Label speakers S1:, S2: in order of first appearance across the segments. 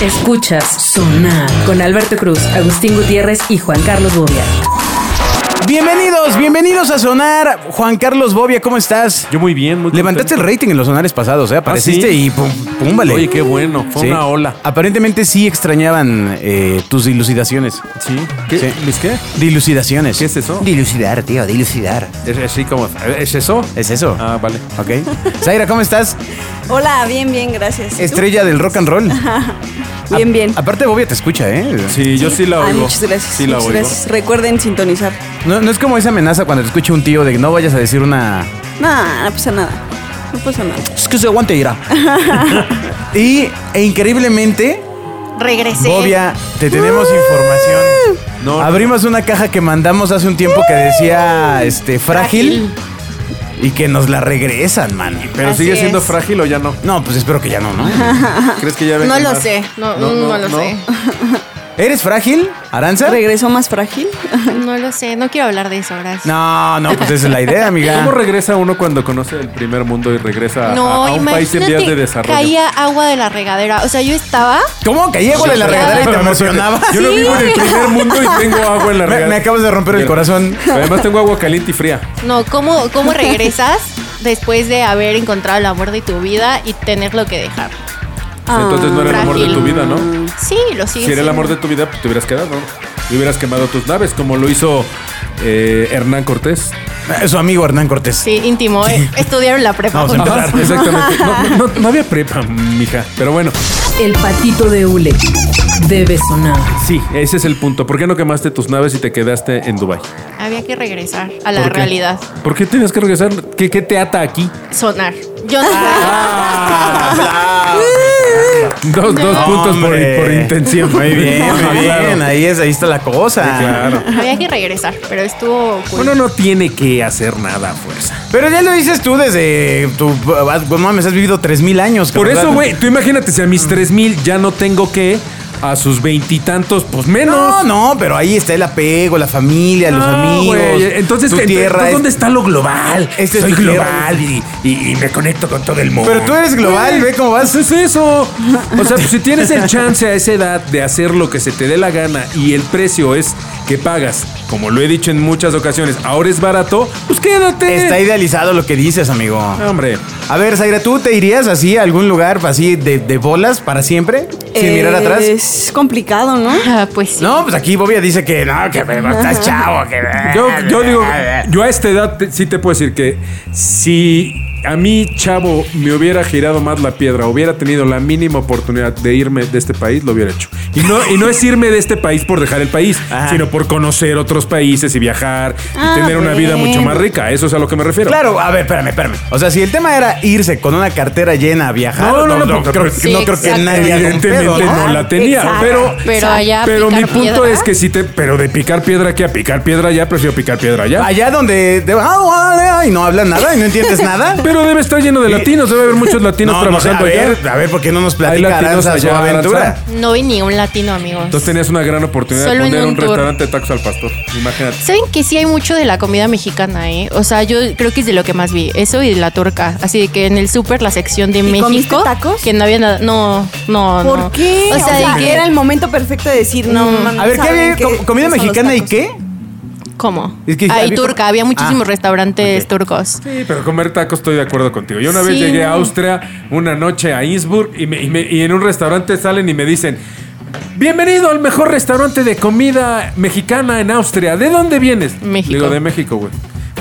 S1: Escuchas Sonar con Alberto Cruz, Agustín Gutiérrez y Juan Carlos Bobia.
S2: Bienvenidos, bienvenidos a Sonar. Juan Carlos Bobia, ¿cómo estás?
S3: Yo muy bien, muy
S2: Levantaste el
S3: contento. Ah,
S2: rating en los sonares pasados, ¿eh? Apareciste
S3: ¿sí?
S2: y pum, pum, vale.
S3: Oye, qué bueno. Fue
S2: Sí.
S3: una ola.
S2: Aparentemente sí extrañaban eh, tus dilucidaciones.
S3: Sí. ¿Qué?
S2: Sí.
S3: ¿Mis qué?
S2: Dilucidaciones.
S3: ¿Qué es eso?
S2: Dilucidar, tío, dilucidar.
S3: Es así como. ¿Es eso?
S2: ¿Es eso?
S3: Ah, vale.
S2: Ok. Zaira, ¿cómo estás?
S4: Hola, bien, bien, gracias. ¿Y tú?
S2: Estrella Ah, del rock and roll.
S4: Bien, bien.
S2: Aparte, Bobia te escucha, ¿eh?
S3: Sí, yo sí la oigo.
S4: Ay, muchas gracias.
S3: Sí la
S4: muchas
S3: oigo.
S4: gracias. Recuerden sintonizar.
S2: No, no es como esa amenaza cuando te escucha un tío de que no vayas a decir una.
S4: Nah, no pasa nada. No pasa nada.
S2: Es que se aguante, irá. y, e increíblemente,
S5: Regresé.
S2: Bobia, te tenemos
S3: Uh.
S2: información.
S3: No,
S2: Abrimos una caja que mandamos hace un tiempo que decía este frágil y que nos la regresan, man.
S3: ¿Pero
S5: Así
S3: sigue siendo
S5: es.
S3: frágil o ya no?
S2: No, pues espero que ya no, ¿no?
S3: ¿Crees que ya venga
S5: No lo
S3: más?
S5: sé. No, no lo sé.
S2: ¿Eres frágil, Aranza?
S4: ¿Regresó más frágil?
S2: Pues
S5: No lo sé. No quiero hablar de eso, gracias.
S2: No, no, pues esa es la idea, amiga.
S3: ¿Cómo regresa uno cuando conoce el primer mundo y regresa a- a, a un país en vías de desarrollo?
S5: caía agua de la regadera. O sea, yo estaba...
S2: ¿Cómo que llego de la regadera y te emocionaba?
S3: Yo lo vivo en el primer mundo y tengo agua en
S2: Me-
S3: la regadera.
S2: me acabas de romper el
S3: Mira,
S2: corazón.
S3: Además tengo agua caliente y fría.
S5: No, ¿cómo, cómo regresas después de haber encontrado el amor de tu vida y tenerlo que dejar?
S3: Entonces no era el amor de
S5: Ah,
S3: tu
S5: frágil.
S3: vida, ¿no?
S5: Sí, lo sigues.
S3: Si era el
S5: siendo.
S3: amor de tu vida, pues te hubieras quedado. Y hubieras quemado tus naves, como lo hizo eh, Hernán Cortés.
S2: Su amigo Hernán Cortés.
S5: Sí, íntimo. eh. Estudiaron la prepa.
S2: Vamos a
S5: juntos.
S3: Ajá, exactamente. No, no- no- no había prepa, mija. Pero bueno,
S1: El patito de hule debe sonar.
S3: sí, ese es el punto. ¿Por qué no quemaste tus naves y te quedaste en Dubai?
S5: Había que regresar a la
S3: ¿Por qué?
S5: realidad.
S3: ¿Por qué tienes que regresar? ¿Qué, qué te ata aquí?
S5: Sonar. Yo no.
S3: Ah. Dos, dos puntos por,
S2: Hombre.
S3: por intención.
S2: Muy bien,
S3: Ajá,
S2: muy bien.
S3: claro.
S2: Ahí, es, ahí está la cosa.
S3: Sí, claro.
S5: Había que regresar, pero estuvo cool.
S3: Uno no tiene que hacer nada a fuerza.
S2: Pero ya lo dices tú desde tu. ah, No mames, has vivido 3000 años.
S3: Por
S2: cabrón.
S3: eso, güey, tú imagínate si a mis 3000 ya no tengo que, a sus veintitantos, pues
S2: No,
S3: menos.
S2: no, pero ahí está el apego, la familia, los amigos.
S3: güey, Entonces,
S2: tu
S3: ¿qué-
S2: tierra.
S3: entonces,
S2: es-
S3: ¿dónde está lo global?
S2: Este es
S3: Soy
S2: tu tierra.
S3: global y, y- y me conecto con todo el mundo.
S2: Pero tú eres global, ve cómo vas.
S3: Pues es eso. O sea, pues, si tienes el chance a esa edad de hacer lo que se te dé la gana y el precio es que pagas, como lo he dicho en muchas ocasiones, ahora es barato, pues quédate.
S2: Está idealizado lo que dices, amigo.
S3: Hombre,
S2: A ver, Zaira, ¿tú te irías así a algún lugar así de, de bolas para siempre? Sin
S4: Eh,
S2: mirar atrás.
S4: Es complicado, ¿no?
S5: Ah, pues sí.
S2: No, pues aquí Bobia dice que no, que me- estás chavo, que.
S3: yo, yo digo, yo a esta edad te- sí te puedo decir que si a mí, chavo, me hubiera girado más la piedra, hubiera tenido la mínima oportunidad de irme de este país, lo hubiera hecho. Y no, y no es irme de este país por dejar el país,
S2: Ajá.
S3: sino por conocer otros países y viajar y
S4: Ah,
S3: tener una vida
S4: bueno.
S3: mucho más rica. Eso es a lo que me refiero.
S2: Claro, a ver, espérame, espérame. O sea, si el tema era irse con una cartera llena a viajar,
S3: No, no, no, porque-
S2: creo,
S3: Sí,
S2: no creo que
S5: exacto.
S2: nadie haga un
S3: Evidentemente
S2: pedo,
S3: no la tenía,
S4: Exacto.
S3: pero
S5: Pero allá
S3: pero mi
S5: picar
S3: punto
S5: piedra.
S3: es que si te pero de picar piedra que a picar piedra allá prefiero picar piedra allá.
S2: Allá donde te- ah, vale, y no hablas nada y no entiendes nada.
S3: Pero debe estar lleno de latinos, debe haber muchos latinos
S2: no, no sé,
S3: trabajando
S2: a
S3: allá.
S2: ver, a ver, ¿por qué no nos
S3: Hay
S2: platica
S3: latinos
S2: Aranza su
S3: allá,
S2: aventura?
S3: Aranza.
S5: No vi ni un latino, amigos.
S3: Entonces tenías una gran oportunidad
S5: Solo
S3: de
S5: en
S3: poner
S5: un
S3: un
S5: tour.
S3: restaurante de tacos al pastor. Imagínate.
S5: Saben que sí hay mucho de la comida mexicana, ¿eh? O sea, yo creo que es de lo que más vi. Eso y de la turca. Así de que en el súper, la sección de México.
S4: comiste tacos?
S5: Que no había nada. No, no,
S4: ¿Por
S5: no.
S4: qué?
S5: O sea, de que
S4: era el momento perfecto de decir, no, no, no
S2: A ver, ¿qué
S4: saben
S2: había? ¿Com- ¿Comida
S4: son los
S2: mexicana y
S4: tacos.
S2: qué?
S5: ¿Cómo?
S2: Es que
S5: Ahí
S2: había-
S5: turca. Había muchísimos
S2: Ah.
S5: restaurantes turcos.
S3: Sí, pero comer tacos estoy de acuerdo contigo. Yo una vez
S5: Sí,
S3: llegué a
S5: no.
S3: Austria, una noche a Innsbruck, y, me- y me- y en un restaurante salen y me dicen, bienvenido al mejor restaurante de comida mexicana en Austria. ¿De dónde viennes?
S5: México.
S3: Digo, de México, güey.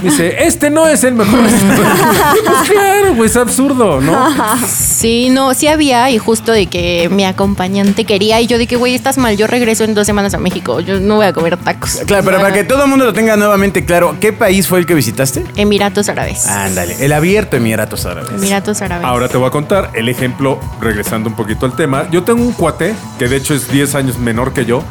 S3: Me Dice, este no es el mejor restaurante. pues claro, güey, es absurdo, ¿no?
S5: Sí, no, sí había. Y justo de que mi acompañante quería. Y yo de que, güey, estás mal. Yo regreso en dos semanas a México. Yo no voy a comer tacos.
S2: Claro, pero para que todo el mundo lo tenga nuevamente claro, ¿qué país fue el que visitaste?
S5: Emiratos Árabes.
S2: Ándale, el abierto Emiratos Árabes.
S5: Emiratos Árabes.
S3: Ah. Ahora te voy a contar el ejemplo, regresando un poquito al tema. Yo tengo un cuate, que de hecho es 10 años menor que yo,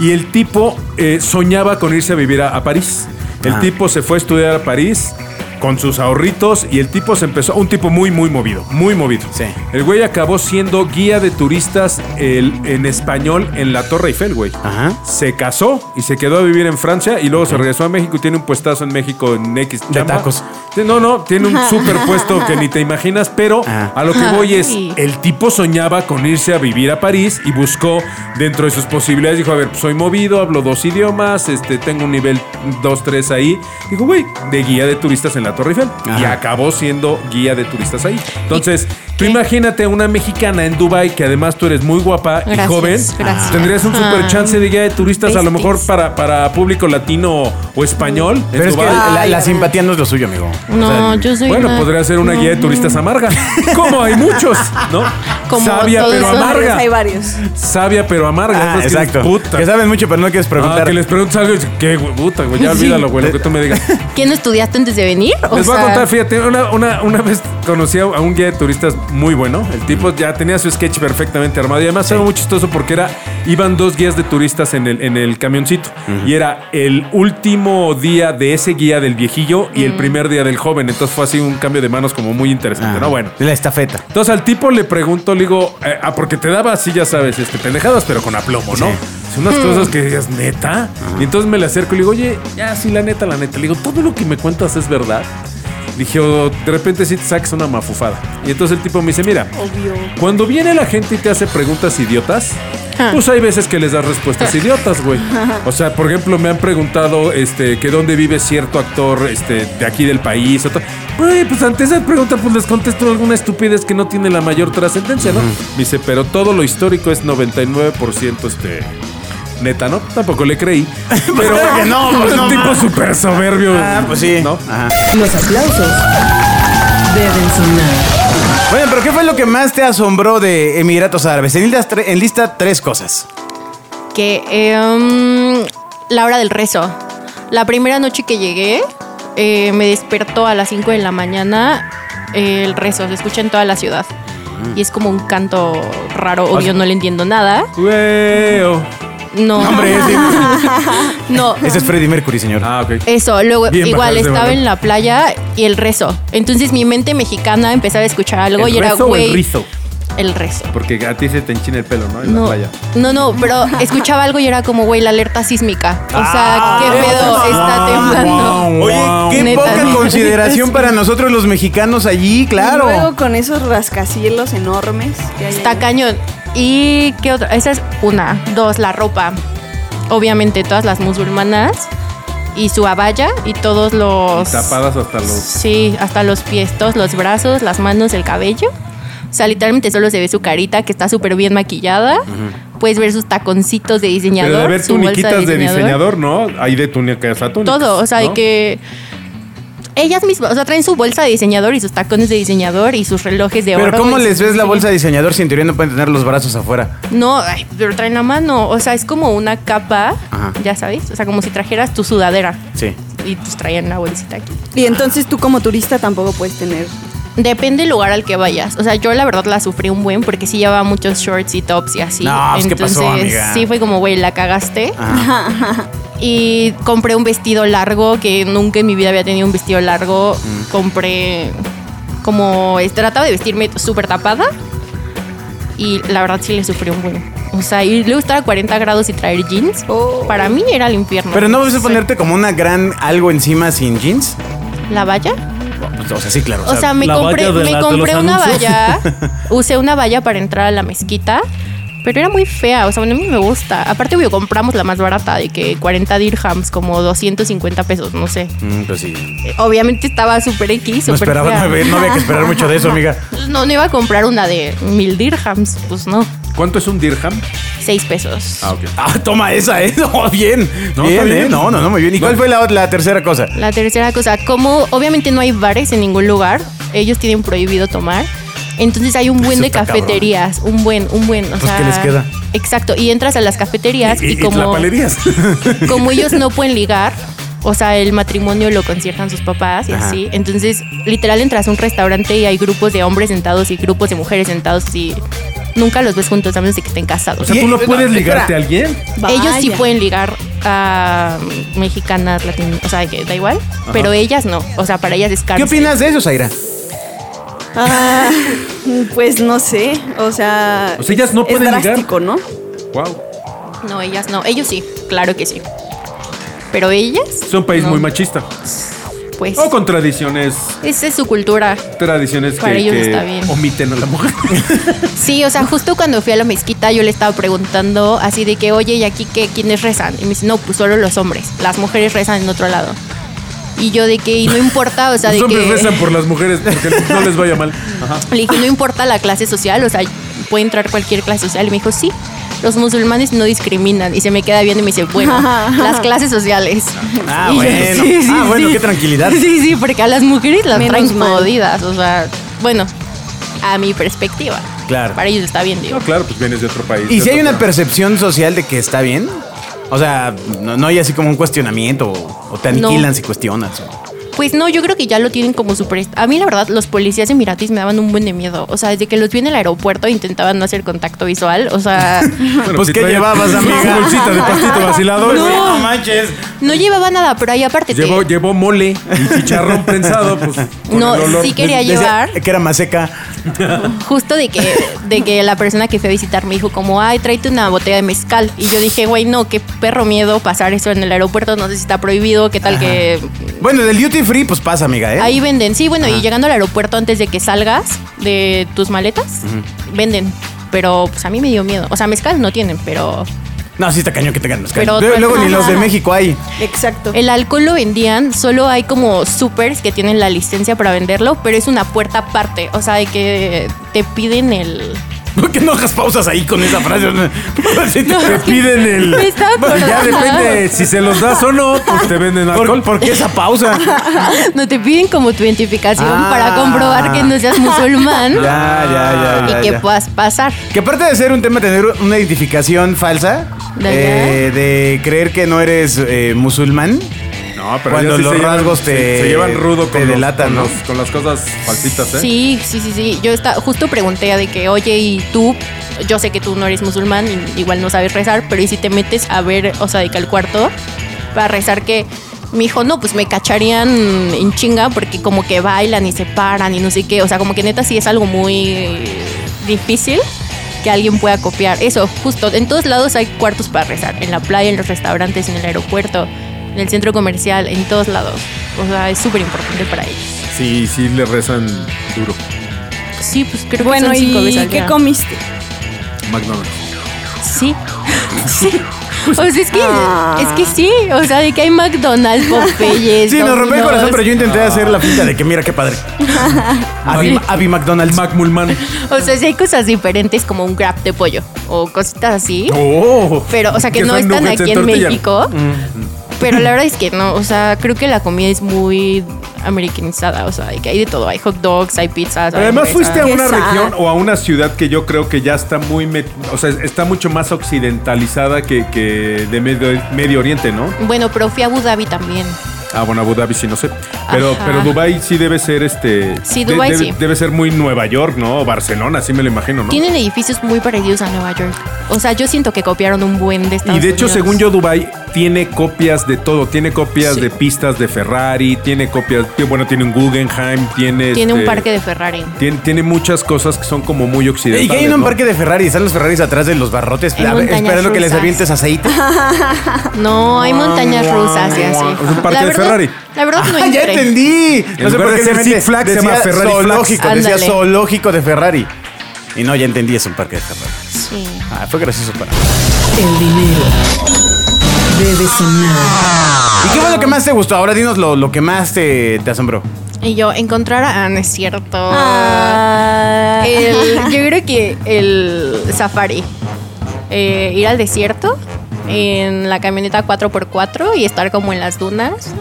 S3: y el tipo eh, soñaba con irse a vivir a, a París. El
S2: Ah.
S3: tipo se fue a estudiar a París con sus ahorritos y el tipo se empezó, un tipo muy, muy movido, muy movido.
S2: Sí.
S3: El güey acabó siendo guía de turistas el- en español en la Torre Eiffel, güey.
S2: Ajá.
S3: Se casó y se quedó a vivir en Francia y luego se regresó a México y tiene un puestazo en México en X
S2: De
S3: chamba
S2: tacos.
S3: Sí, No, no, tiene un superpuesto que ni te imaginas, pero
S2: Ah.
S3: a lo que voy es,
S5: Ay.
S3: el tipo soñaba con irse a vivir a París y buscó dentro de sus posibilidades, dijo, a ver, pues, soy movido, hablo dos idiomas, este, tengo un nivel 2, 3 ahí. Dijo, güey, de guía de turistas en la Torre Eiffel.
S2: Ajá.
S3: Y acabó siendo guía de turistas ahí. Entonces, tú
S5: qué?
S3: imagínate una mexicana en Dubai que además tú eres muy guapa y
S5: Gracias,
S3: joven,
S2: Ah.
S5: gracias.
S3: tendrías un super chance de guía de turistas, a lo
S4: Besties.
S3: mejor para, para público latino o español. en
S2: Pero es que
S3: Dubái.
S2: la, la simpatía no es lo suyo, amigo.
S5: No, yo soy.
S3: Bueno,
S5: una-
S3: podría ser una
S5: no,
S3: guía de
S5: no.
S3: turistas amarga. Como hay muchos, ¿no?
S5: Como
S3: sabia
S5: todos
S3: pero
S5: los
S4: Varios,
S3: amarga.
S4: Hay varios.
S3: Sabia pero amarga.
S2: Ah,
S3: Esas que dices,
S2: exacto.
S3: puta.
S2: Que saben mucho, pero no quieres
S3: Ah,
S2: preguntar.
S3: que les preguntes algo y dices, qué güey, puta, güey, ya olvídalo, güey, lo que tú me digas.
S5: ¿Quién estudiaste antes de venir? O
S3: Les voy a
S5: sea,
S3: contar, fíjate, una, una, una vez conocí a un guía de turistas muy bueno. El tipo ya tenía su sketch perfectamente armado. Y además era muy chistoso porque era, iban dos guías de turistas en el, en el camioncito. Y era el último día de ese guía del viejillo y el
S5: Mm.
S3: primer día del joven. Entonces fue así un cambio de manos como muy interesante,
S2: Ah,
S3: ¿no? Bueno.
S2: La estafeta.
S3: Entonces al tipo le pregunto, le digo, eh, ah, porque te daba así, ya sabes, este, pendejadas, pero con aplomo, ¿no?
S2: Sí.
S3: Son unas cosas que digas, neta. Y entonces me le acerco y le digo, oye, ya sí, la neta, la neta. Le digo, todo lo que me cuentas es verdad. Dije, o de repente sí te sacas una mafufada. Y entonces el tipo me dice, mira, cuando viene la gente y te hace preguntas idiotas,
S5: Ah.
S3: pues hay veces que les das respuestas idiotas, güey. O sea, por ejemplo, me han preguntado este, que dónde vive cierto actor este, de aquí del país. O tal. Güey, pues ante esa pregunta, pues les contesto alguna estupidez que no tiene la mayor trascendencia, ¿no? Me dice, pero todo lo histórico es 99% este. Neta, ¿no? Tampoco le creí. Pero
S2: claro que no, pues
S3: un
S2: no,
S3: tipo
S2: ma.
S3: súper soberbio.
S2: Ah, pues sí.
S3: ¿No?
S2: Ajá.
S1: Los aplausos deben sonar.
S2: Bueno, pero ¿qué fue lo que más te asombró de Emiratos Árabes? En lista, tre- en lista tres cosas.
S5: Que eh, um, la hora del rezo. La primera noche que llegué, eh, me despertó a las 5 de la mañana eh, el rezo. Se escucha en toda la ciudad.
S3: Mm.
S5: Y es como un canto raro, obvio, no le entiendo nada.
S2: pues.
S3: Güey. oh.
S5: No,
S2: Hombre, ese,
S5: no.
S2: ese es Freddie Mercury, señor.
S3: Ah, ok.
S5: Eso, luego
S3: Bien
S5: igual
S3: bajada ese
S5: estaba
S3: balón.
S5: en la playa y el rezo. Entonces mi mente mexicana empezaba a escuchar algo y
S3: ¿El
S5: era
S3: rezo o el
S5: güey.
S3: rizo?
S5: El rezo.
S3: Porque a ti se te enchina el pelo, ¿no? En la
S5: No,
S3: playa.
S5: no, no, pero escuchaba algo y era como, güey, la alerta sísmica. O
S3: Ah,
S5: sea, qué pedo, está temblando.
S2: Oye, qué
S5: Neta,
S2: poca
S5: sí.
S2: consideración para nosotros los mexicanos allí, claro.
S4: Y luego con esos rascacielos enormes. que hay
S5: Está
S4: ahí.
S5: cañón. ¿Y qué otra? Esa es una. Dos, la ropa. Obviamente, todas las musulmanas y su abaya y todos los.
S3: Tapadas hasta los.
S5: Sí, hasta los pies, todos los brazos, las manos, el cabello. O sea, literalmente solo se ve su carita que está súper bien maquillada. Puedes ver sus taconcitos de diseñador.
S3: Pero de ver
S5: su bolsa
S3: tuniquitas de diseñador, ¿no? Hay de túnicas a túnicas.
S5: Todo, o sea, de
S3: ¿no?
S5: que ellas mismas, o sea, traen su bolsa de diseñador y sus tacones de diseñador y sus relojes de oro.
S2: Pero ¿cómo
S5: y
S2: les
S5: sus-
S2: ves la bolsa de diseñador si en teoría no pueden tener los brazos afuera?
S5: No, ay, pero traen la mano, o sea, es como una capa,
S2: Ajá.
S5: ya sabes, o sea, como si trajeras tu sudadera
S2: Sí.
S5: y pues traían la bolsita aquí.
S4: Y entonces tú como turista tampoco puedes tener.
S5: Depende del lugar al que vayas. O sea, yo la verdad la sufrí un buen porque sí llevaba muchos shorts y tops y así.
S2: No, pues, ¿qué pasó, amiga?
S5: sí fue como, güey, la cagaste.
S2: Ajá.
S5: Y compré un vestido largo que nunca en mi vida había tenido un vestido largo.
S2: Mm.
S5: Compré como trataba de vestirme súper tapada y la verdad sí le sufrí un buen. O sea, y luego estar a 40 grados y traer jeans,
S4: Oh.
S5: para mí era el infierno.
S2: Pero no vas a
S5: Sí.
S2: ponerte como una gran algo encima sin jeans. Pues,
S5: la valla.
S2: O sea, sí, claro.
S5: O sea, me
S6: la
S5: compré,
S6: valla de
S5: me
S6: la- de
S5: compré
S6: los
S5: una
S6: anuncios.
S5: valla, usé una valla para entrar a la mezquita, pero era muy fea, o sea, a mí me gusta. Aparte, obvio, compramos la más barata, de que 40 dirhams, como 250 pesos, no sé.
S2: Mm, pues sí.
S5: Eh, Obviamente estaba súper X,
S2: No
S5: súper
S2: esperaba, no
S5: fea.
S2: había, no había que esperar mucho de eso, amiga.
S5: No, no iba a comprar una de mil dirhams, pues no,
S3: ¿Cuánto es un dirham?
S5: seis pesos.
S3: Ah, ok.
S2: Ah, toma esa, ¿eh? No, bien.
S3: No,
S2: bien,
S3: está bien.
S2: ¿eh? No, no, no, muy bien. ¿Y cuál fue la, ot- la tercera cosa?
S5: La tercera cosa, como obviamente no hay bares en ningún lugar, ellos tienen prohibido tomar. Entonces hay un buen
S2: Eso
S5: de
S2: está
S5: cafeterías, un buen, un buen, o
S2: Pues,
S5: sea,
S2: ¿qué les queda?
S5: Exacto, y entras a las cafeterías y,
S3: Y, y
S5: como
S3: tlapalerías.
S5: como ellos no pueden ligar, o sea, el matrimonio lo conciertan sus papás y
S2: Ajá.
S5: así. Entonces, literal entras a un restaurante y hay grupos de hombres sentados y grupos de mujeres sentados y nunca los ves juntos a menos de que estén casados.
S3: O sea,
S2: Y-
S3: tú no
S2: no,
S3: puedes
S2: espera.
S3: ligarte a alguien.
S5: Ellos sí
S4: Vaya.
S5: pueden ligar a mexicanas, latinas, o sea, que da igual, pero ellas no. O sea, para ellas es
S2: ¿Qué
S5: cárcel.
S2: opinas de eso, Zaira?
S4: Ah, pues no sé, o sea,
S3: O sea, ellas no
S4: es
S3: pueden ligar.
S4: drástico, ¿no?
S3: Wow.
S5: No, ellas no. Ellos sí, claro que sí. Pero ellas.
S3: Es un país
S5: no.
S3: muy machista.
S5: pues
S3: O con tradiciones,
S5: esa es su cultura.
S3: tradiciones
S5: Para
S3: que,
S5: ellos
S3: que
S5: está bien.
S3: omiten a la mujer.
S5: Sí, o sea, justo cuando fui a la mezquita yo le estaba preguntando así de que, oye, ¿y aquí qué, quiénes rezan? Y me dice, no, pues solo los hombres, las mujeres rezan en otro lado. Y yo de que, y no importa, o sea,
S3: Los
S5: de
S3: hombres
S5: que...
S3: rezan por las mujeres porque no les vaya mal. Ajá.
S5: Le dije, no importa la clase social, o sea, puede entrar cualquier clase social. Y me dijo, sí, los musulmanes no discriminan. Y se me queda viendo y me dice, bueno, las clases sociales.
S2: Ah,
S5: Y yo,
S2: bueno.
S5: sí, sí,
S2: ah, bueno,
S5: sí.
S2: qué tranquilidad.
S5: Sí, sí, porque a las mujeres las
S4: Menos
S5: traen
S4: mal.
S5: jodidas, o sea, bueno, a mi perspectiva.
S2: Claro.
S5: Para ellos está bien, digo.
S3: No, claro, pues vienes de otro país.
S2: ¿Y
S3: de
S2: si hay
S3: otro
S2: una
S3: lado.
S2: percepción social de que está bien? O sea, no, no hay así como un cuestionamiento o, o te
S5: No.
S2: aniquilan si cuestionas.
S5: Pues no, yo creo que ya lo tienen como súper... A mí, la verdad, los policías emiratis me daban un buen de miedo. O sea, desde que los vi en el aeropuerto intentaban no hacer contacto visual. O sea,
S3: Bueno,
S2: pues,
S3: si
S2: ¿qué
S3: trae
S2: llevabas,
S3: Su
S2: amiga?
S3: bolsita de pastito vacilado.
S2: no manches.
S5: no llevaba nada, pero ahí aparte... te-
S3: Llevó, llevó mole y chicharrón prensado, pues. con
S5: No,
S3: el olor.
S5: sí quería
S2: Decía
S5: llevar...
S2: Que era más seca.
S5: Justo de que, de que la persona que fue a visitar me dijo como, ay, tráete una botella de mezcal. Y yo dije, güey, no, qué perro miedo pasar eso en el aeropuerto, no sé si está prohibido, qué tal que...
S2: Bueno, del duty free, pues pasa, amiga, ¿eh?
S5: Ahí venden, sí, bueno, y llegando al aeropuerto antes de que salgas de tus maletas, venden. Pero pues a mí me dio miedo. O sea, mezcal no tienen, pero
S2: No, sí está cañón que tengan mezcal.
S5: Pero-
S2: Luego, luego ni los de
S5: Ajá.
S2: México hay.
S4: Exacto.
S5: el alcohol lo vendían, solo hay como supers que tienen la licencia para venderlo, pero es una puerta aparte. O sea, de que te piden el...
S2: ¿Por qué no hagas pausas ahí con esa frase? Sí te-
S3: Te piden el.
S5: Me estaba
S3: Y ya
S5: acordando.
S3: depende Eh, si se los das o no, pues te venden alcohol.
S2: ¿Por, por qué esa pausa?
S5: No te piden como tu identificación
S2: Ah.
S5: para comprobar que no seas musulmán
S2: Ya, ya, ya. ya,
S5: y que
S2: ya.
S5: puedas pasar.
S2: Que aparte de ser un tema tener una identificación falsa,
S5: ¿De
S2: eh, de creer que no eres eh, musulmán,
S3: No,
S2: Cuando
S3: ya
S2: los
S3: se llevan-
S2: rasgos
S3: se-
S2: te-
S3: Se, llevan rudo
S2: te
S3: con, los-
S2: delatan,
S3: con
S2: ¿no?
S3: los- con las cosas falsitas, ¿eh?
S5: Sí, sí, sí, sí. Yo está, justo pregunté de que, oye, y tú, yo sé que tú no eres musulmán, y igual no sabes rezar, pero ¿y si te metes a ver, o sea, de que al cuarto para rezar que me dijo, no, pues me cacharían en chinga porque como que bailan y se paran y no sé qué. O sea, como que neta sí es algo muy eh, difícil que alguien pueda copiar. Eso, justo, en todos lados hay cuartos para rezar. En la playa, en los restaurantes, en el aeropuerto, en el centro comercial, en todos lados. O sea, es súper importante para ellos.
S3: Sí, sí, le rezan duro.
S5: Sí, pues creo que
S4: bueno,
S5: son cinco veces
S4: ¿y
S5: al
S4: qué
S5: día.
S4: comiste?
S3: McDonald's.
S5: Sí. sí. O sea, es que, es que sí. O sea, de que hay McDonald's, Popeyes.
S2: Sí, nos rompió el
S5: Domino's.
S2: corazón, pero yo intenté hacer la finta de que mira qué padre. Abby, Abby McDonald's.
S3: McMulman.
S5: O sea, sí hay cosas diferentes como un grab de pollo o cositas así.
S3: Oh.
S5: Pero, o sea, que,
S3: Que
S5: no
S3: son
S5: están
S3: nuggets
S5: aquí
S3: en
S5: en
S3: tortilla. Mm.
S5: México. Pero la verdad es que no. O sea, creo que la comida es muy americanizada. O sea, de que hay de todo. Hay hot dogs, hay pizzas. hay
S3: Además
S5: hamburguesas.
S3: fuiste a
S4: Qué
S3: una
S4: sad.
S3: región o a una ciudad que yo creo que ya está muy, met- o sea, está mucho más occidentalizada que, que de Medio, Medio Oriente, ¿no?
S5: Bueno, pero fui a Abu Dhabi también.
S3: Ah, bueno, Abu Dhabi sí, no sé. Pero,
S5: Ajá.
S3: pero Dubai sí debe ser este.
S5: Sí,
S3: de-
S5: Dubái
S3: debe,
S5: sí.
S3: debe ser muy Nueva York, ¿no? O Barcelona, así me lo imagino, ¿no?
S5: Tienen edificios muy parecidos a Nueva York. O sea, yo siento que copiaron un buen de Estados
S3: Y de hecho,
S5: Unidos.
S3: según yo, Dubai tiene copias de todo. Tiene copias
S5: Sí.
S3: de pistas de Ferrari, tiene copias, tie- bueno, tiene un Guggenheim, tiene.
S5: Tiene un
S3: este,
S5: parque de Ferrari.
S3: Tiene, tiene muchas cosas que son como muy
S2: Y
S3: occidentales.
S2: que hay un
S3: ¿no?
S2: parque de Ferrari, están los Ferraris atrás de los barrotes,
S5: En
S2: a ver,
S5: montañas
S2: esperando que les
S5: rusas.
S2: avientes aceite. Ah,
S5: No, hay montañas rusas y así.
S3: Es un parque
S5: La
S3: de
S5: verdad-
S3: Ferrari.
S5: La verdad no
S2: Ah, ya
S5: entré.
S2: entendí.
S3: En lugar de
S2: se
S3: ser
S2: mete.
S3: Six Flags, se
S2: Decía
S3: llama Ferrari Flags.
S2: Zoológico, decía
S5: Ándale.
S2: zoológico de Ferrari. Y no, ya entendí, es un parque de Ferrari.
S5: Sí.
S2: Ah, fue gracioso para.
S1: El dinero debe sonar.
S2: ¿Y qué fue lo que más te gustó? Ahora dinos lo, lo que más te, te asombró.
S5: Y yo encontrar a... Ah, no es cierto.
S4: Ah.
S5: El- yo creo que el safari. Eh, ir al desierto en la camioneta 4x4 y estar como en las dunas.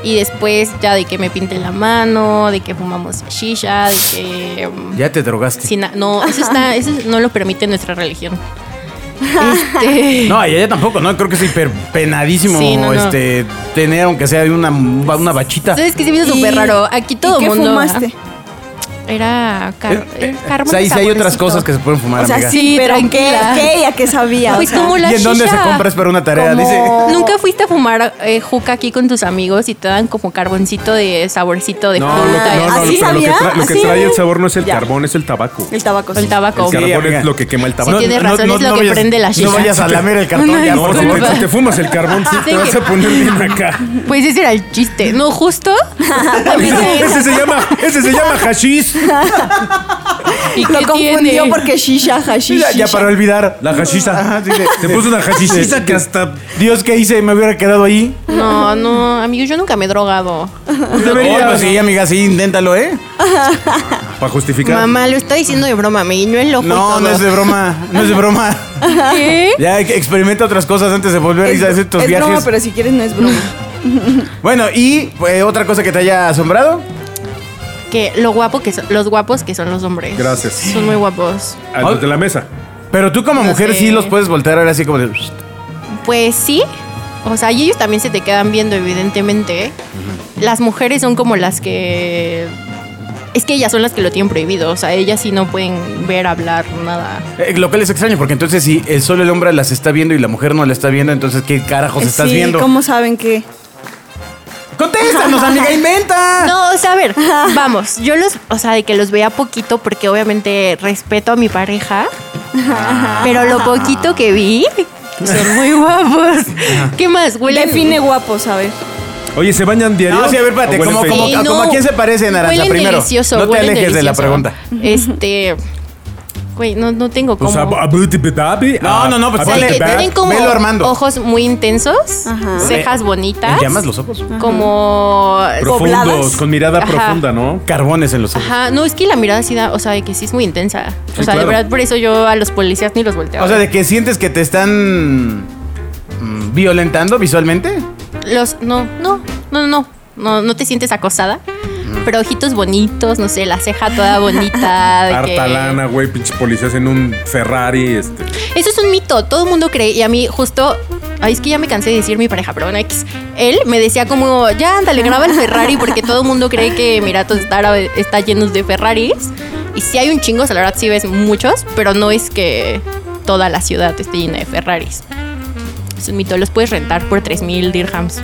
S5: Y después ya de que me pinten la mano, de que fumamos shisha, de que... mm,
S2: Ya te drogaste.
S5: sin na- no, eso, está, eso no lo permite nuestra religión. Este...
S2: No, y ella tampoco, ¿no? Creo que es hiper penadísimo
S5: Sí, no, no.
S2: este, tener, aunque sea una, una bachita. Eh,
S5: ¿Sabes qué se me hizo súper
S4: Y-
S5: raro? Aquí todo
S4: ¿y
S5: el
S4: qué
S5: mundo.
S4: fumaste?
S5: era Car-
S2: Eh, eh,
S5: Carmen
S2: o sea, y si hay otras
S5: Saborcito.
S2: cosas que se pueden fumar,
S4: O sea,
S2: amiga.
S4: sí, pero ¿qué?
S5: tranquila.
S4: ¿Qué? ¿A qué sabía? O
S5: Pues
S4: sea,
S5: como la
S2: ¿Y en dónde se
S5: shisha.
S2: compra? Es para una tarea,
S4: como-
S2: dice.
S5: ¿Nunca fuiste a fumar eh, juca aquí con tus amigos y te dan como carboncito de saborcito de
S3: No,
S5: fruta?
S3: lo que, no, no,
S4: ¿Así
S3: pero lo que,
S4: sabía?
S3: tra- lo que
S4: ¿Así?
S3: trae el sabor no es el
S4: Ya.
S3: carbón, es el tabaco.
S4: El tabaco.
S5: El tabaco.
S3: El carbón
S2: amiga.
S3: es lo que quema el tabaco.
S5: Sí, tienes razón, es lo que
S2: vayas-
S5: prende la shisha.
S2: No vayas a lamer el cartón
S5: No,
S2: ya,
S5: no,
S3: No,
S2: por
S3: si te,
S2: favor.
S5: disculpa.
S3: si te fumas el carbón, sí,
S5: Sí,
S3: te vas
S5: que-
S3: a poner bien acá.
S5: Pues ese era el chiste, ¿no? Justo. A mí se-
S3: ese se llama, ese se llama hashish.
S5: ¿Y
S4: Lo
S5: qué
S4: confundió
S5: tiene?
S4: porque shisha, hashish.
S2: Ya, ya
S4: shisha.
S2: para olvidar.
S3: La hashisha.
S2: Ajá, sí, de-
S3: Te
S2: de-
S3: puso una hashishiza
S2: de-
S3: que hasta.
S2: Dios, ¿qué hice? Me hubiera quedado ahí.
S5: No, no, amigos, yo nunca me he drogado.
S2: Oh, pues sí, amiga, sí, inténtalo, ¿eh?
S3: Para justificar.
S5: Mamá, lo está diciendo de broma, mi no es lo
S2: No,
S5: justo,
S2: no es de broma, no es de broma.
S5: ¿Qué?
S2: Ya experimenta otras cosas antes de volver
S4: Es,
S2: y hacer tus
S4: es
S2: viajes.
S4: broma, pero si quieres no es broma.
S2: Bueno, y eh, otra cosa que te haya asombrado.
S5: Que lo guapo que son, los guapos que son los hombres.
S3: Gracias.
S5: Son muy guapos.
S3: A los de la mesa.
S2: Pero tú como
S5: No
S2: mujer
S5: sé.
S2: sí los puedes voltear ahora así como de...
S5: Pues sí. O sea, y ellos también se te quedan viendo, evidentemente. Las mujeres son como las que. Es que ellas son las que lo tienen prohibido. O sea, ellas sí no pueden ver, hablar, nada.
S2: Eh, lo cual es extraño, porque entonces si el solo el hombre las está viendo y la mujer no la está viendo, entonces ¿qué carajos Pues estás
S4: Eh, Sí,
S2: viendo?
S4: ¿cómo saben qué?
S2: ¡Contéstanos, amiga, inventa!
S5: No, o sea, a ver, vamos. Yo los. O sea, de que los vea poquito, porque obviamente respeto a mi pareja. Pero lo poquito que vi. Son muy guapos. ¿Qué más? Huelen.
S4: Define guapo, ¿sabes?
S3: Oye, ¿se bañan diario?
S2: No, sí, a ver, espérate,
S3: ¿O huelen
S2: como-
S3: feo?
S2: como-
S5: Sí,
S2: a quién se parece, Naranja,
S5: huelen
S2: primero?
S5: delicioso,
S2: No te
S5: huelen
S2: alejes de la
S5: delicioso.
S2: pregunta.
S5: Este. Güey, no, no tengo
S3: Pues
S5: cómo.
S3: a- a beauty petapi,
S2: No,
S3: a-
S2: no, no, pues
S3: a
S5: O sea,
S2: ponle-
S5: que
S3: beauty
S2: back,
S5: tienen como
S2: velo, Armando. Eh,
S5: ojos muy intensos,
S4: Ajá.
S5: cejas bonitas.
S2: ¿En llamas los ojos?
S5: Como.
S3: Profundos,
S4: pobladas.
S3: con mirada
S5: Ajá.
S3: profunda, ¿no?
S2: Carbones en los ojos.
S5: Ajá, no, es que la mirada sí da, o sea, de que sí es muy intensa.
S3: Sí,
S5: o sea,
S3: claro.
S5: de verdad, por eso yo a los policías ni los volteo.
S2: O sea, de que sientes que te están mm, violentando visualmente.
S5: Los, no, no, no, no, no, no, no te sientes acosada.
S2: Mm.
S5: Pero ojitos bonitos, no sé, la ceja toda bonita. de que-
S3: Harta lana, güey, pinches policías en un Ferrari, este.
S5: Eso es un mito, todo el mundo cree. Y a mí, justo. Ay, es que ya me cansé de decir mi pareja, pero bueno, X. Él me decía como, ya, ándale, graba el Ferrari porque todo el mundo cree que Emiratos está, árabe- está llenos de Ferraris. Y sí hay un chingo, o sea, la verdad sí ves muchos, pero no es que toda la ciudad esté llena de Ferraris. Es un mito, los puedes rentar por 3.000 dirhams.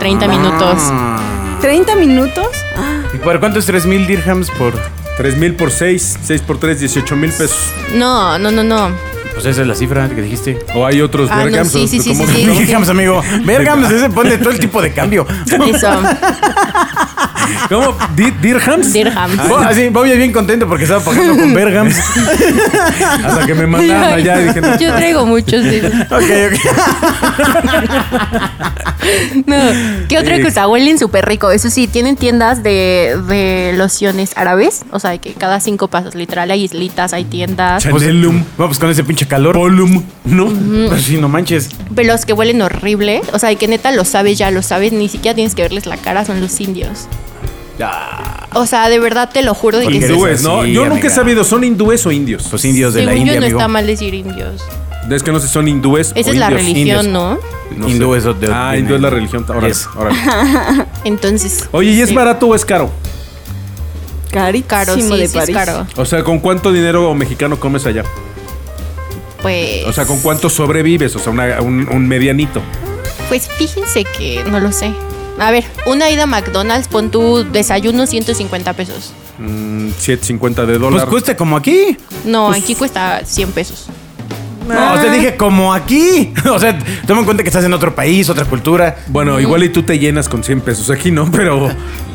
S5: 30 minutos.
S2: Ah.
S4: ¿30 minutos?
S2: ¿Y por cuánto es 3000 dirhams por...?
S3: 3 mil por 6, 6 por 3, 18 mil pesos.
S5: No, no, no, no.
S2: Pues esa es la cifra que dijiste.
S3: O hay otros
S5: Ah, no,
S3: Bergams,
S5: sí, sí, sí,
S3: ¿cómo
S5: sí,
S3: que
S5: sí.
S3: no?
S2: Dirhams, amigo. Bergams, ese pone todo el tipo de cambio.
S5: Eso,
S3: ¿Cómo? Di- ¿Dirhams?
S5: dirhams.
S2: Voy así, voy bien contento porque estaba pagando con Bergams.
S3: Hasta que me mandaron allá y dije, no.
S5: Yo traigo muchos. de-
S2: Ok, ok.
S5: No. ¿Qué otra
S3: Sí.
S5: cosa? Huelen súper rico. Eso sí, tienen tiendas de, de lociones árabes. O sea, de que cada cinco pasos, literal, hay islitas, hay tiendas.
S3: Chan-
S2: Pues,
S3: Chanelum.
S2: no, pues con ese pinche calor. Polum. No. Pues sí, no manches.
S5: Pero los que huelen horrible. O sea, de que neta lo sabes, ya lo sabes. Ni siquiera tienes que verles la cara, son los indios. O sea, de verdad te lo juro de que
S2: Porque eres
S5: sí.
S3: Hindúes, ¿no?
S2: así,
S3: Yo nunca
S2: amiga. Pues
S3: he sabido, ¿son hindúes o indios?
S2: Los indios de la
S5: Según
S2: India,
S5: yo no
S2: amigo.
S5: está mal decir indios.
S3: Es que no sé, son hindúes.
S5: Esa
S3: o
S5: es la
S3: indios.
S5: religión,
S2: indios.
S5: ¿no?
S3: No
S2: Hindú
S3: sé.
S2: es de-
S3: Ah,
S2: viene-
S3: hindú es la religión. Órale,
S2: Yes.
S3: órale.
S5: Entonces.
S3: Oye, ¿y es
S5: sí.
S3: barato o es caro?
S4: Carísimo
S5: Caro, sí,
S4: de
S5: sí es
S4: París.
S5: caro.
S3: O sea, ¿con cuánto dinero mexicano comes allá?
S5: Pues.
S3: O sea, ¿con cuánto sobrevives? O sea, una- un, un medianito.
S5: Pues fíjense que no lo sé. A ver, una ida a McDonald's, pon tu desayuno 150 pesos.
S3: Mm, 7.50 de
S2: Pues
S3: dólar.
S2: cuesta como aquí.
S5: No, aquí cuesta 100 pesos.
S2: No,
S5: Ah.
S2: o sea, dije como aquí. O sea, toma en cuenta que estás en otro país, otra cultura.
S3: bueno, igual y tú te llenas con 100 pesos aquí, ¿no? Pero...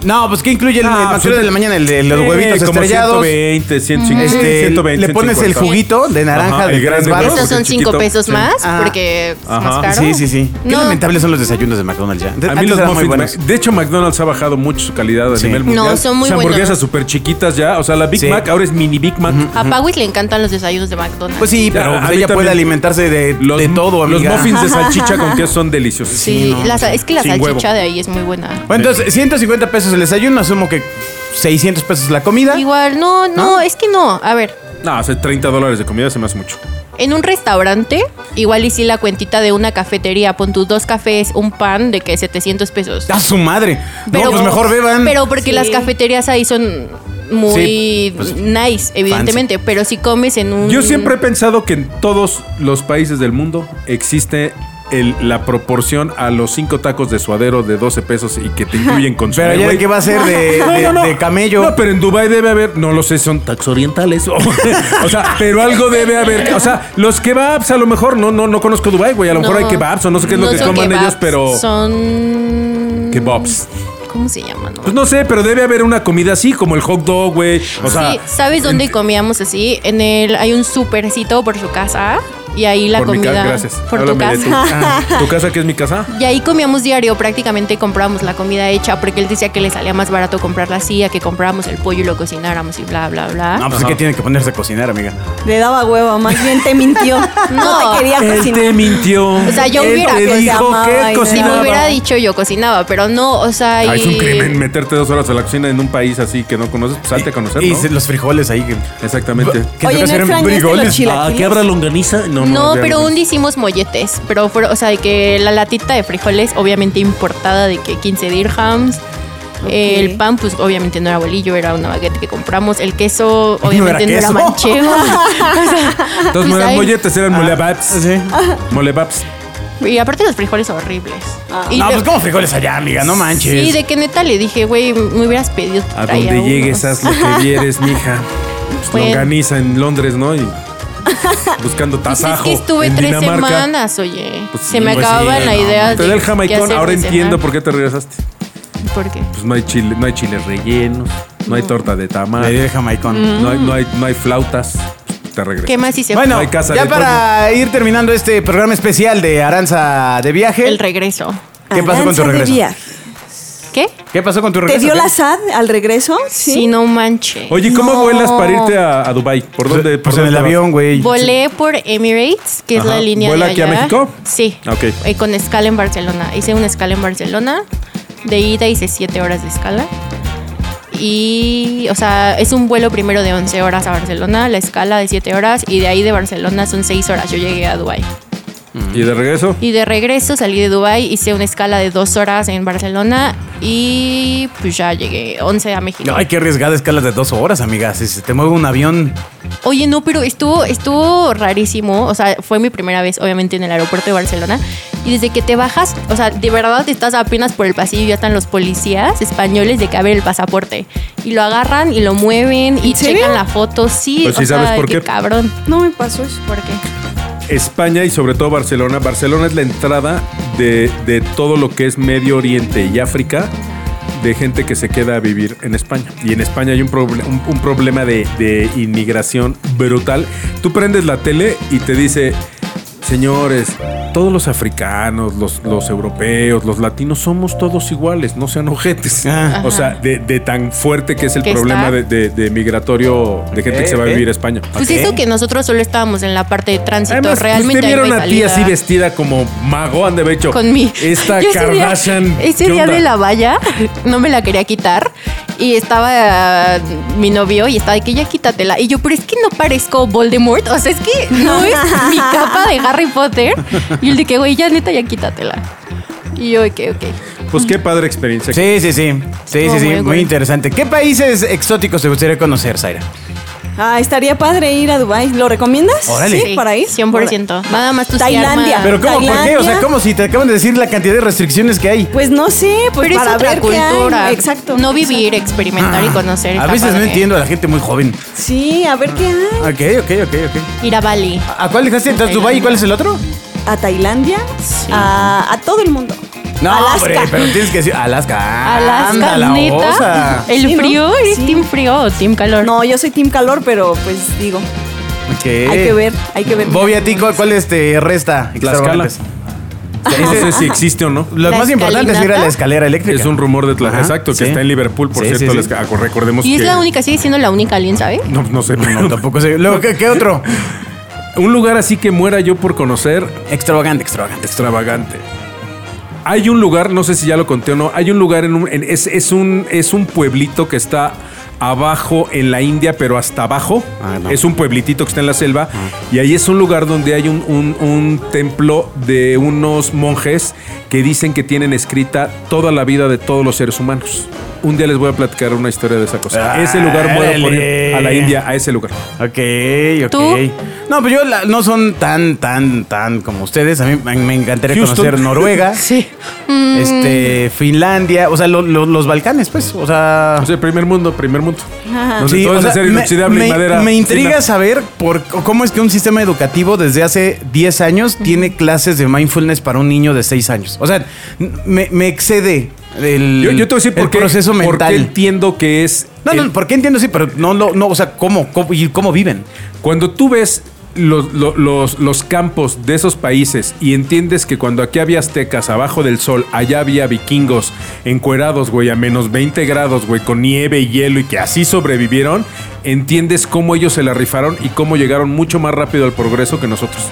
S2: No, pues ¿qué incluye el,
S3: Ah,
S2: el
S3: pues,
S2: pastel de la mañana? El de los
S3: eh,
S2: huevitos
S3: como
S2: estrellados.
S3: 120, 150,
S2: Este,
S3: 120,
S2: le pones el
S3: 150.
S2: juguito de naranja
S3: Ajá,
S2: de
S3: el
S2: tres
S3: grande,
S2: varos.
S3: ¿no?
S5: Esos
S3: porque
S5: son
S3: es
S5: 5
S3: chiquito.
S5: pesos
S3: Sí.
S5: más
S2: Ah.
S5: porque es
S3: Ajá.
S5: más caro.
S2: Sí, sí, sí. Qué
S5: No,
S2: lamentables son los desayunos de McDonald's ya.
S3: A mí
S2: Antes
S3: los
S2: eran muy
S3: muffins,
S2: buenos.
S3: me- de hecho McDonald's ha bajado mucho su calidad a
S2: Sí.
S3: nivel
S2: No,
S3: mundial.
S5: son muy
S3: O sea, hamburguesas
S5: buenos.
S3: súper chiquitas ya. O sea, la Big
S2: Sí.
S3: Mac ahora es mini Big Mac.
S5: a Pawis le encantan los desayunos de McDonald's.
S2: Pues sí, pero
S3: Ya, a
S2: pues,
S3: mí
S2: ella puede
S3: también.
S2: alimentarse de,
S3: Los,
S2: de todo,
S3: los
S2: amiga.
S3: muffins de salchicha con queso son deliciosos.
S5: sí, la sa- es que la
S3: Sin
S5: salchicha
S3: huevo.
S5: de ahí es muy buena.
S2: Bueno, entonces, 150 pesos el desayuno, asumo que 600 pesos la comida.
S5: Igual, no, no,
S2: ¿No?
S5: es que no. A ver,
S3: No, hace 30 dólares de comida se me hace mucho.
S5: en un restaurante, igual y si la cuentita de una cafetería, pon tus dos cafés, un pan de que 700 pesos.
S2: ¡A su madre! no, pues mejor beban.
S5: Pero porque
S4: Sí.
S5: las cafeterías ahí son muy
S2: Sí, pues,
S5: nice, evidentemente, pero si comes en un...
S3: Yo siempre he pensado que en todos los países del mundo existe el- la proporción a los cinco tacos de suadero de 12 pesos y que te incluyen con su
S2: Pero ya qué va a ser de, Eh, de- de camello.
S3: No, pero en Dubai debe haber, no lo sé, son tax orientales. O, o sea, pero algo debe haber. O sea, los kebabs a lo mejor, no, no, no conozco Dubai, güey. A lo mejor hay kebabs o no sé qué es lo que
S5: son
S3: coman
S5: kebabs,
S3: ellos, pero.
S5: Son...
S3: Kebabs.
S5: ¿Cómo se llaman?
S3: Pues no sé, pero debe haber una comida así, como el hot dog, güey. O sea,
S5: sí, ¿sabes dónde comíamos así? En el hay un supercito por su casa y ahí la
S3: por mi
S5: comida
S3: casa. Gracias.
S5: por tu
S3: Háblame de
S5: casa.
S3: Ah, ¿Tu casa que es mi casa?
S5: Y ahí comíamos diario, prácticamente comprábamos la comida hecha porque él decía que le salía más barato comprarla así, a que compráramos el pollo y lo cocináramos y bla, bla, bla.
S2: No, pues es que tiene que ponerse a cocinar, amiga.
S4: Le daba hueva, más bien te mintió. No,
S5: No.
S4: te quería
S3: Él
S4: cocinar.
S3: te mintió. O
S5: sea, yo hubiera-
S3: Te
S5: Pues,
S3: dijo
S4: llamaba y
S3: que
S4: me
S5: si
S3: cocinaba.
S5: me hubiera dicho yo cocinaba, pero no, o sea...
S3: Ah, es
S5: y-
S3: un crimen meterte dos horas a la cocina en un país así que no conoces. Pues salte a conocer,
S2: Y
S3: ¿no?
S2: se- los frijoles ahí. Que,
S3: Exactamente.
S5: Pues
S2: que
S4: Oye,
S2: toca
S4: ¿no
S2: hacer en
S4: extrañaste los chilaquiles?
S3: Ah, longaniza? No,
S5: No,
S3: ya
S5: pero
S3: no.
S5: un día hicimos molletes, pero fue- o sea, de que la latita de frijoles, obviamente importada de que 15 dirhams. Eh, El pan, pues obviamente no era bolillo, era una baguette que compramos. El queso,
S2: No
S5: obviamente no
S2: era
S5: era,
S2: queso.
S5: manchego.
S3: Entonces no
S5: Pues
S3: eran
S5: ahí- Ah.
S3: molletes, eran molebabs.
S2: Sí.
S3: Molebabs.
S5: y aparte los frijoles horribles. Y
S2: No,
S5: de-
S2: pues como frijoles allá, amiga, no manches.
S5: Sí, de que neta le dije, güey, me hubieras pedido.
S3: A
S5: traía
S3: donde llegues,
S5: unos".
S3: haz lo que vieres, mija. Pues,
S5: Bueno.
S3: Longaniza en Londres, ¿no? Y buscando
S5: Pues
S3: tasajo.
S5: es que estuve
S3: en
S5: tres
S3: Dinamarca.
S5: semanas, oye.
S3: Pues
S5: Se
S3: sí,
S5: me
S3: pues sí,
S5: acababan las
S3: no,
S5: ideas.
S3: Te
S5: de
S3: da el
S5: qué
S3: jamaicón.
S5: hacer
S3: Ahora
S5: de cenar.
S3: entiendo por qué te regresaste.
S5: ¿Por qué?
S3: Pues no hay chile, no hay chiles rellenos, no
S5: Mm.
S3: hay torta
S2: Le
S3: de
S2: di
S3: tamal,
S2: el jamaicón.
S3: no hay, no hay, no hay flautas. Pues, Te regresas.
S5: ¿Qué más hice?
S2: Bueno,
S3: No hay casa
S2: ya
S3: de
S2: para ir terminando este programa especial de Aranza de viaje.
S5: El regreso.
S2: ¿Qué pasó con tu
S4: Aranza de
S2: regreso?
S4: Vía.
S5: ¿Qué?
S2: ¿Qué pasó con tu
S4: ¿Te
S2: regreso?
S4: dio
S2: ¿Qué?
S4: la SAD al regreso?
S5: Si no manches.
S3: Oye, ¿cómo
S4: No.
S3: vuelas para irte a, a Dubai? ¿Por
S2: Pues,
S3: dónde? por
S2: pues en el
S3: dónde vas?
S2: avión, güey.
S5: Volé por Emirates, que es
S3: Ajá.
S5: la línea
S3: ¿Vuela
S5: de
S3: aquí a
S5: allá.
S3: México?
S5: Sí.
S3: Ok.
S5: Eh, con escala en Barcelona. Hice una escala en Barcelona. De ida hice 7 horas de escala. Y, o sea, es un vuelo primero de 11 horas a Barcelona, la escala de 7 horas, y de ahí de Barcelona son 6 horas. Yo llegué a Dubái.
S3: ¿Y de regreso?
S5: Y de regreso salí de Dubái, hice una escala de 2 horas en Barcelona, y pues ya llegué 11 a México.
S2: Ay, qué arriesgada escalas de dos horas, amiga. Si se te mueve un avión.
S5: Oye, no, pero estuvo, estuvo rarísimo. O sea, fue mi primera vez, obviamente, en el aeropuerto de Barcelona. Y desde que te bajas, o sea, de verdad estás apenas por el pasillo y ya están los policías españoles de que abren el pasaporte. Y lo agarran y lo mueven y
S4: serio?
S5: checan la foto. Sí,
S3: Pues sí,
S5: o sea,
S3: ¿sabes por qué?
S5: cabrón.
S4: No me pasó eso.
S5: ¿Por qué?
S3: España y sobre todo Barcelona. Barcelona es la entrada de, de todo lo que es Medio Oriente y África de gente que se queda a vivir en España. Y en España hay un, proble- un- un problema de, de inmigración brutal. Tú prendes la tele y te dice, señores, todos los africanos, los, los europeos, los latinos, somos todos iguales, no sean ojetes.
S2: Ah.
S3: O sea, de, de tan fuerte que es el
S5: Que
S3: problema
S5: está.
S3: de, de- de migratorio de gente
S2: Ok,
S3: que se va a
S2: ok.
S3: vivir a España.
S5: Pues eso que nosotros solo estábamos en la parte de tránsito.
S3: Además, pues,
S5: Realmente
S3: te
S5: ahí no
S3: vieron
S5: hay
S3: a ti así
S5: salida.
S3: vestida como mago, han de haber hecho.
S5: con mi
S3: Esta
S5: Yo ese día-
S3: Kardashian.
S5: Ese
S3: ¿qué
S5: día
S3: onda?
S5: de la valla no me la quería quitar y estaba eh, mi novio y estaba de que ya quítatela y yo, pero es que no parezco Voldemort, o sea, es que no es mi capa de Harry Potter y el de que güey, ya neta ya quítatela. Y yo, ok, ok.
S3: Pues qué padre experiencia.
S2: Sí, sí, sí. Sí, sí,
S5: Estuvo
S2: sí.
S5: muy
S2: Muy,
S5: bueno.
S2: interesante. ¿Qué países exóticos te gustaría conocer, Zaira?
S4: Ah, estaría padre ir a Dubai. ¿Lo recomiendas?
S2: Órale.
S4: Sí, para ir.
S5: 100%. Nada más tú sí
S4: Tailandia.
S5: arma-
S2: Pero ¿cómo? ¿Por qué? O sea,
S4: Tailandia.
S2: ¿cómo si te acaban de decir la cantidad de restricciones que hay?
S4: Pues no sé, pues
S5: Pero es
S4: para
S5: otra
S4: ver qué hay.
S5: cultura.
S4: Exacto.
S5: No vivir, experimentar y conocer.
S2: A
S5: está
S2: veces no
S5: padre.
S2: entiendo a la gente muy joven.
S4: Sí, a ver qué hay.
S2: Ok, ok, ok, ok.
S5: Ir a Bali.
S2: ¿A cuál dejaste? Entonces, Dubái y cuál es el otro?
S4: A Tailandia,
S5: Sí.
S4: a, a todo el mundo.
S2: No,
S4: Alaska.
S2: hombre, pero tienes que decir Alaska.
S5: Alaska,
S2: Anda, la
S5: neta.
S2: osa.
S5: El
S4: Sí, ¿no?
S5: frío, ¿eres
S4: Sí.
S5: team frío o team calor?
S4: No, yo soy team calor, pero pues digo,
S2: Ok.
S4: hay que ver, hay que ver.
S2: Eh. Bobby, ¿a ti cuál, cuál, este, resta?
S3: Tlaxcala.
S2: Extravagantes.
S3: No sé si existe o no.
S2: Lo
S5: ¿La
S2: más importante es ir a la
S5: escalinata?
S2: escalera eléctrica.
S3: Es un rumor de Tlaxcala.
S2: Ajá,
S3: Exacto,
S2: sí.
S3: que está en Liverpool, por
S2: Sí,
S3: cierto.
S2: sí, sí.
S3: les- ah, Recordemos
S5: Y es
S3: que-
S5: la única, sigue siendo la única alien, ¿sabes?
S3: No, no sé.
S2: No, tampoco sé. Luego, ¿qué, qué otro?
S3: Un lugar así que muera yo por conocer,
S2: Extravagante, extravagante.
S3: extravagante. Hay un lugar, no sé si ya lo conté o no, hay un lugar en un. en- es, es un es un pueblito que está abajo en la India, pero hasta abajo.
S2: Ah, no. Ah.
S3: Es un pueblitito que está en la selva. Y ahí es un lugar donde hay un, un- un templo de unos monjes que dicen que tienen escrita toda la vida de todos los seres humanos. un día les voy a platicar una historia de esa cosa.
S2: Ah,
S3: ese lugar voy a
S2: dale.
S3: poner a la India, a ese lugar.
S2: Ok, ok.
S5: ¿Tú?
S2: No, pero yo la- no son tan, tan, tan como ustedes. A mí me- me encantaría
S3: Houston.
S2: conocer Noruega,
S5: Sí.
S2: este, Finlandia, o sea, lo- lo- los Balcanes, pues. O sea,
S3: O sea, primer mundo, primer mundo.
S4: Ajá.
S3: Donde
S2: sí,
S3: todo
S2: o
S3: es de
S2: sea,
S3: acero inoxidable y madera.
S2: me intriga
S3: fina.
S2: saber por, cómo es que un sistema educativo desde hace 10 años tiene clases de mindfulness para un niño de 6 años. O sea, me, me excede el,
S3: Yo, yo te voy a decir
S2: el
S3: por qué,
S2: proceso
S3: por qué
S2: mental.
S3: entiendo que es. eh,
S2: no, no,
S3: el-
S2: ¿por qué entiendo? Sí, pero no, no, no o sea, ¿cómo, cómo, y cómo viven?
S3: Cuando tú ves los, lo- los- los campos de esos países y entiendes que cuando aquí había aztecas abajo del sol, allá había vikingos encuerados, güey, a menos 20 grados, güey, con nieve y hielo y que así sobrevivieron, entiendes cómo ellos se la rifaron y cómo llegaron mucho más rápido al progreso que nosotros.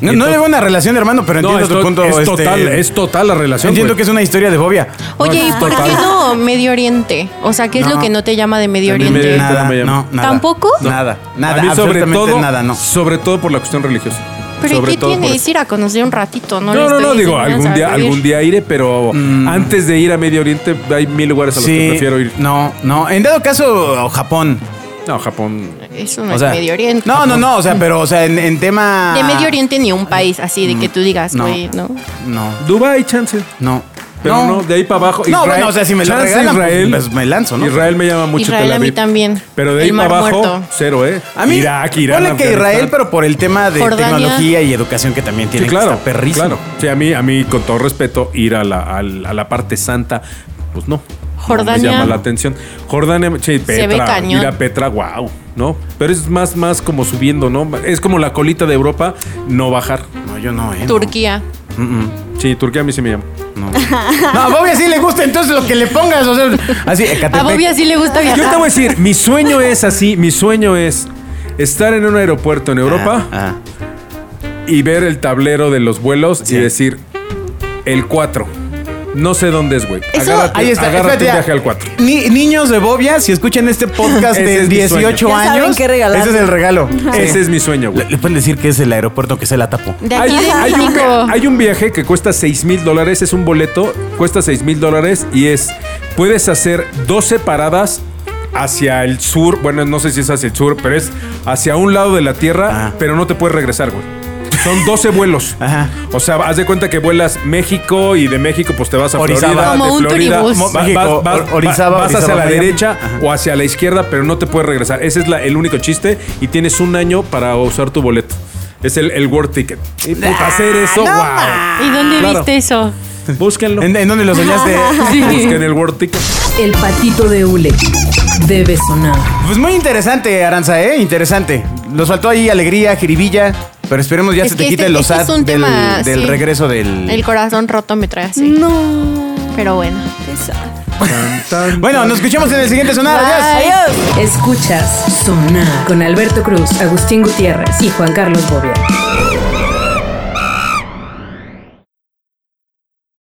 S2: No, no
S3: Entonces-
S2: le veo una relación, hermano, pero
S3: No,
S2: entiendo
S3: es,
S2: tu
S3: to-
S2: punto.
S3: es
S2: este,
S3: total, es total la relación.
S2: Entiendo que
S3: güey.
S2: es una historia de fobia.
S5: Oye, ¿y
S3: No,
S5: por
S3: total.
S5: qué no Medio Oriente? O sea, ¿qué es
S2: No.
S5: lo que no te llama de Medio
S3: A mí me-
S5: Oriente?
S3: Nada,
S2: Nada,
S3: me llama.
S2: no, nada.
S5: ¿Tampoco?
S2: No. Nada, nada,
S3: A mí sobre
S2: absolutamente
S3: todo,
S2: nada, no.
S3: sobre todo por la cuestión religiosa.
S5: Pero
S3: sobre
S5: ¿y qué
S3: todo por
S5: tiene?
S3: eso.
S5: Es ir a conocer un ratito, ¿no? le
S3: No, no,
S5: estoy
S3: no, digo,
S5: enseñando
S3: algún
S5: a
S3: día,
S5: vivir.
S3: algún día iré, pero
S2: Mm.
S3: antes de ir a Medio Oriente hay mil lugares a los que prefiero ir.
S2: No, no. En dado caso, o Japón.
S3: No, Japón.
S5: Eso no
S2: o
S5: es
S2: sea,
S5: Medio Oriente.
S2: No, no, no. O sea, pero, o sea, en, en tema.
S5: De Medio Oriente ni un país así de
S3: Mm,
S5: que tú digas,
S2: No.
S5: güey, ¿no?
S2: No,
S3: Dubai, chance.
S2: no.
S3: Pero no, de ahí para abajo.
S2: No, bueno, o sea, si me lo
S3: chance
S2: regalan, pues, pues, me lanzo, ¿no?
S3: Israel me llama mucho.
S5: Israel
S3: Tel
S5: a mí
S3: Aviv.
S5: también.
S3: Pero de ahí
S5: El
S3: para
S5: Mar
S3: abajo,
S5: Muerto.
S3: cero, ¿eh?
S2: A mí,
S3: Irak, Irán.
S2: ponle que
S3: Afganistán.
S2: Israel, pero por el tema de
S5: Jordania.
S2: tecnología y educación que también
S3: Sí,
S2: tiene que
S3: claro.
S2: estar perrísimo.
S3: Claro. Sí, a mí, a mí, con todo respeto, ir a la, al- a la parte santa, pues no. No
S5: Jordania.
S3: me llama la atención. Jordania, sí, Petra.
S5: ve cañón.
S3: Ir a Petra, wow, ¿no? Pero es más, más como subiendo, ¿no? Es como la colita de Europa, no bajar.
S2: No, yo no, ¿eh? no.
S5: Turquía.
S3: Sí, Turquía a mí sí me llama.
S2: No. No, a Bobby sí le gusta entonces lo que le pongas. O sea, así,
S5: A Bobby
S2: Ecatepec.
S5: así le gusta viajar.
S3: Yo te voy a decir, mi sueño es así, mi sueño es estar en un aeropuerto en Europa
S2: Ah,
S3: y ver el tablero de los vuelos
S2: Sí.
S3: y decir el 4. No sé dónde es, güey.
S5: Eso-
S3: Agárrate,
S2: Ahí está. espérate,
S3: agárrate un
S2: ya.
S3: viaje al 4.
S2: Ni- niños de Bobia, si escuchan este podcast
S3: Ese
S2: de
S3: es mi sueño.
S2: 18
S4: Ya saben
S2: años,
S4: qué regalarle.
S2: ese es el regalo.
S3: Ese es mi sueño,
S2: Le,
S3: güey.
S2: le pueden decir que es el aeropuerto que se la tapó.
S5: De aquí de
S3: hay, un,
S5: México.
S3: via- hay un viaje que cuesta 6 mil dólares, es un boleto, cuesta 6 mil dólares y es, puedes hacer 12 paradas hacia el sur, bueno, no sé si es hacia el sur, pero es hacia un lado de la Tierra,
S2: Ah.
S3: pero no te puedes regresar, güey. Son 12 vuelos.
S2: Ajá.
S3: O sea, haz de cuenta que vuelas México y de México pues te vas a
S2: Orizaba.
S3: Florida.
S5: Como
S3: de
S5: un
S3: Florida,
S5: turibús.
S3: va-
S2: México,
S3: vas- vas-
S2: Orizaba,
S3: vas hacia
S2: Orizaba,
S3: la
S2: Miami.
S3: derecha
S2: Ajá.
S3: o hacia la izquierda, pero no te puedes regresar. Ese es la- el único chiste y tienes un año para usar tu boleto. Es el, el World Ticket. Y puta, hacer eso,
S2: no
S3: wow.
S2: ma.
S5: ¿Y dónde
S3: Claro.
S5: viste eso?
S3: Búsquenlo.
S2: ¿En, en dónde lo soñaste?
S3: Busquen el World Ticket.
S1: El patito de Ule debe sonar.
S2: Pues muy interesante, Aranza, ¿eh? Interesante. Nos faltó ahí alegría, jiribilla, pero esperemos ya
S5: Es
S2: se
S5: que
S2: te quite
S5: este-
S2: los
S5: este
S2: sad
S5: es un
S2: del,
S5: tema,
S2: del
S5: sí.
S2: regreso del...
S5: El corazón roto me trae así.
S3: Mm.
S4: No.
S5: Pero bueno.
S4: Qué sad.
S2: Bueno, nos escuchamos en el siguiente sonar. Adiós.
S4: Adiós.
S1: Escuchas Sonar con Alberto Cruz, Agustín Gutiérrez y Juan Carlos Bobia.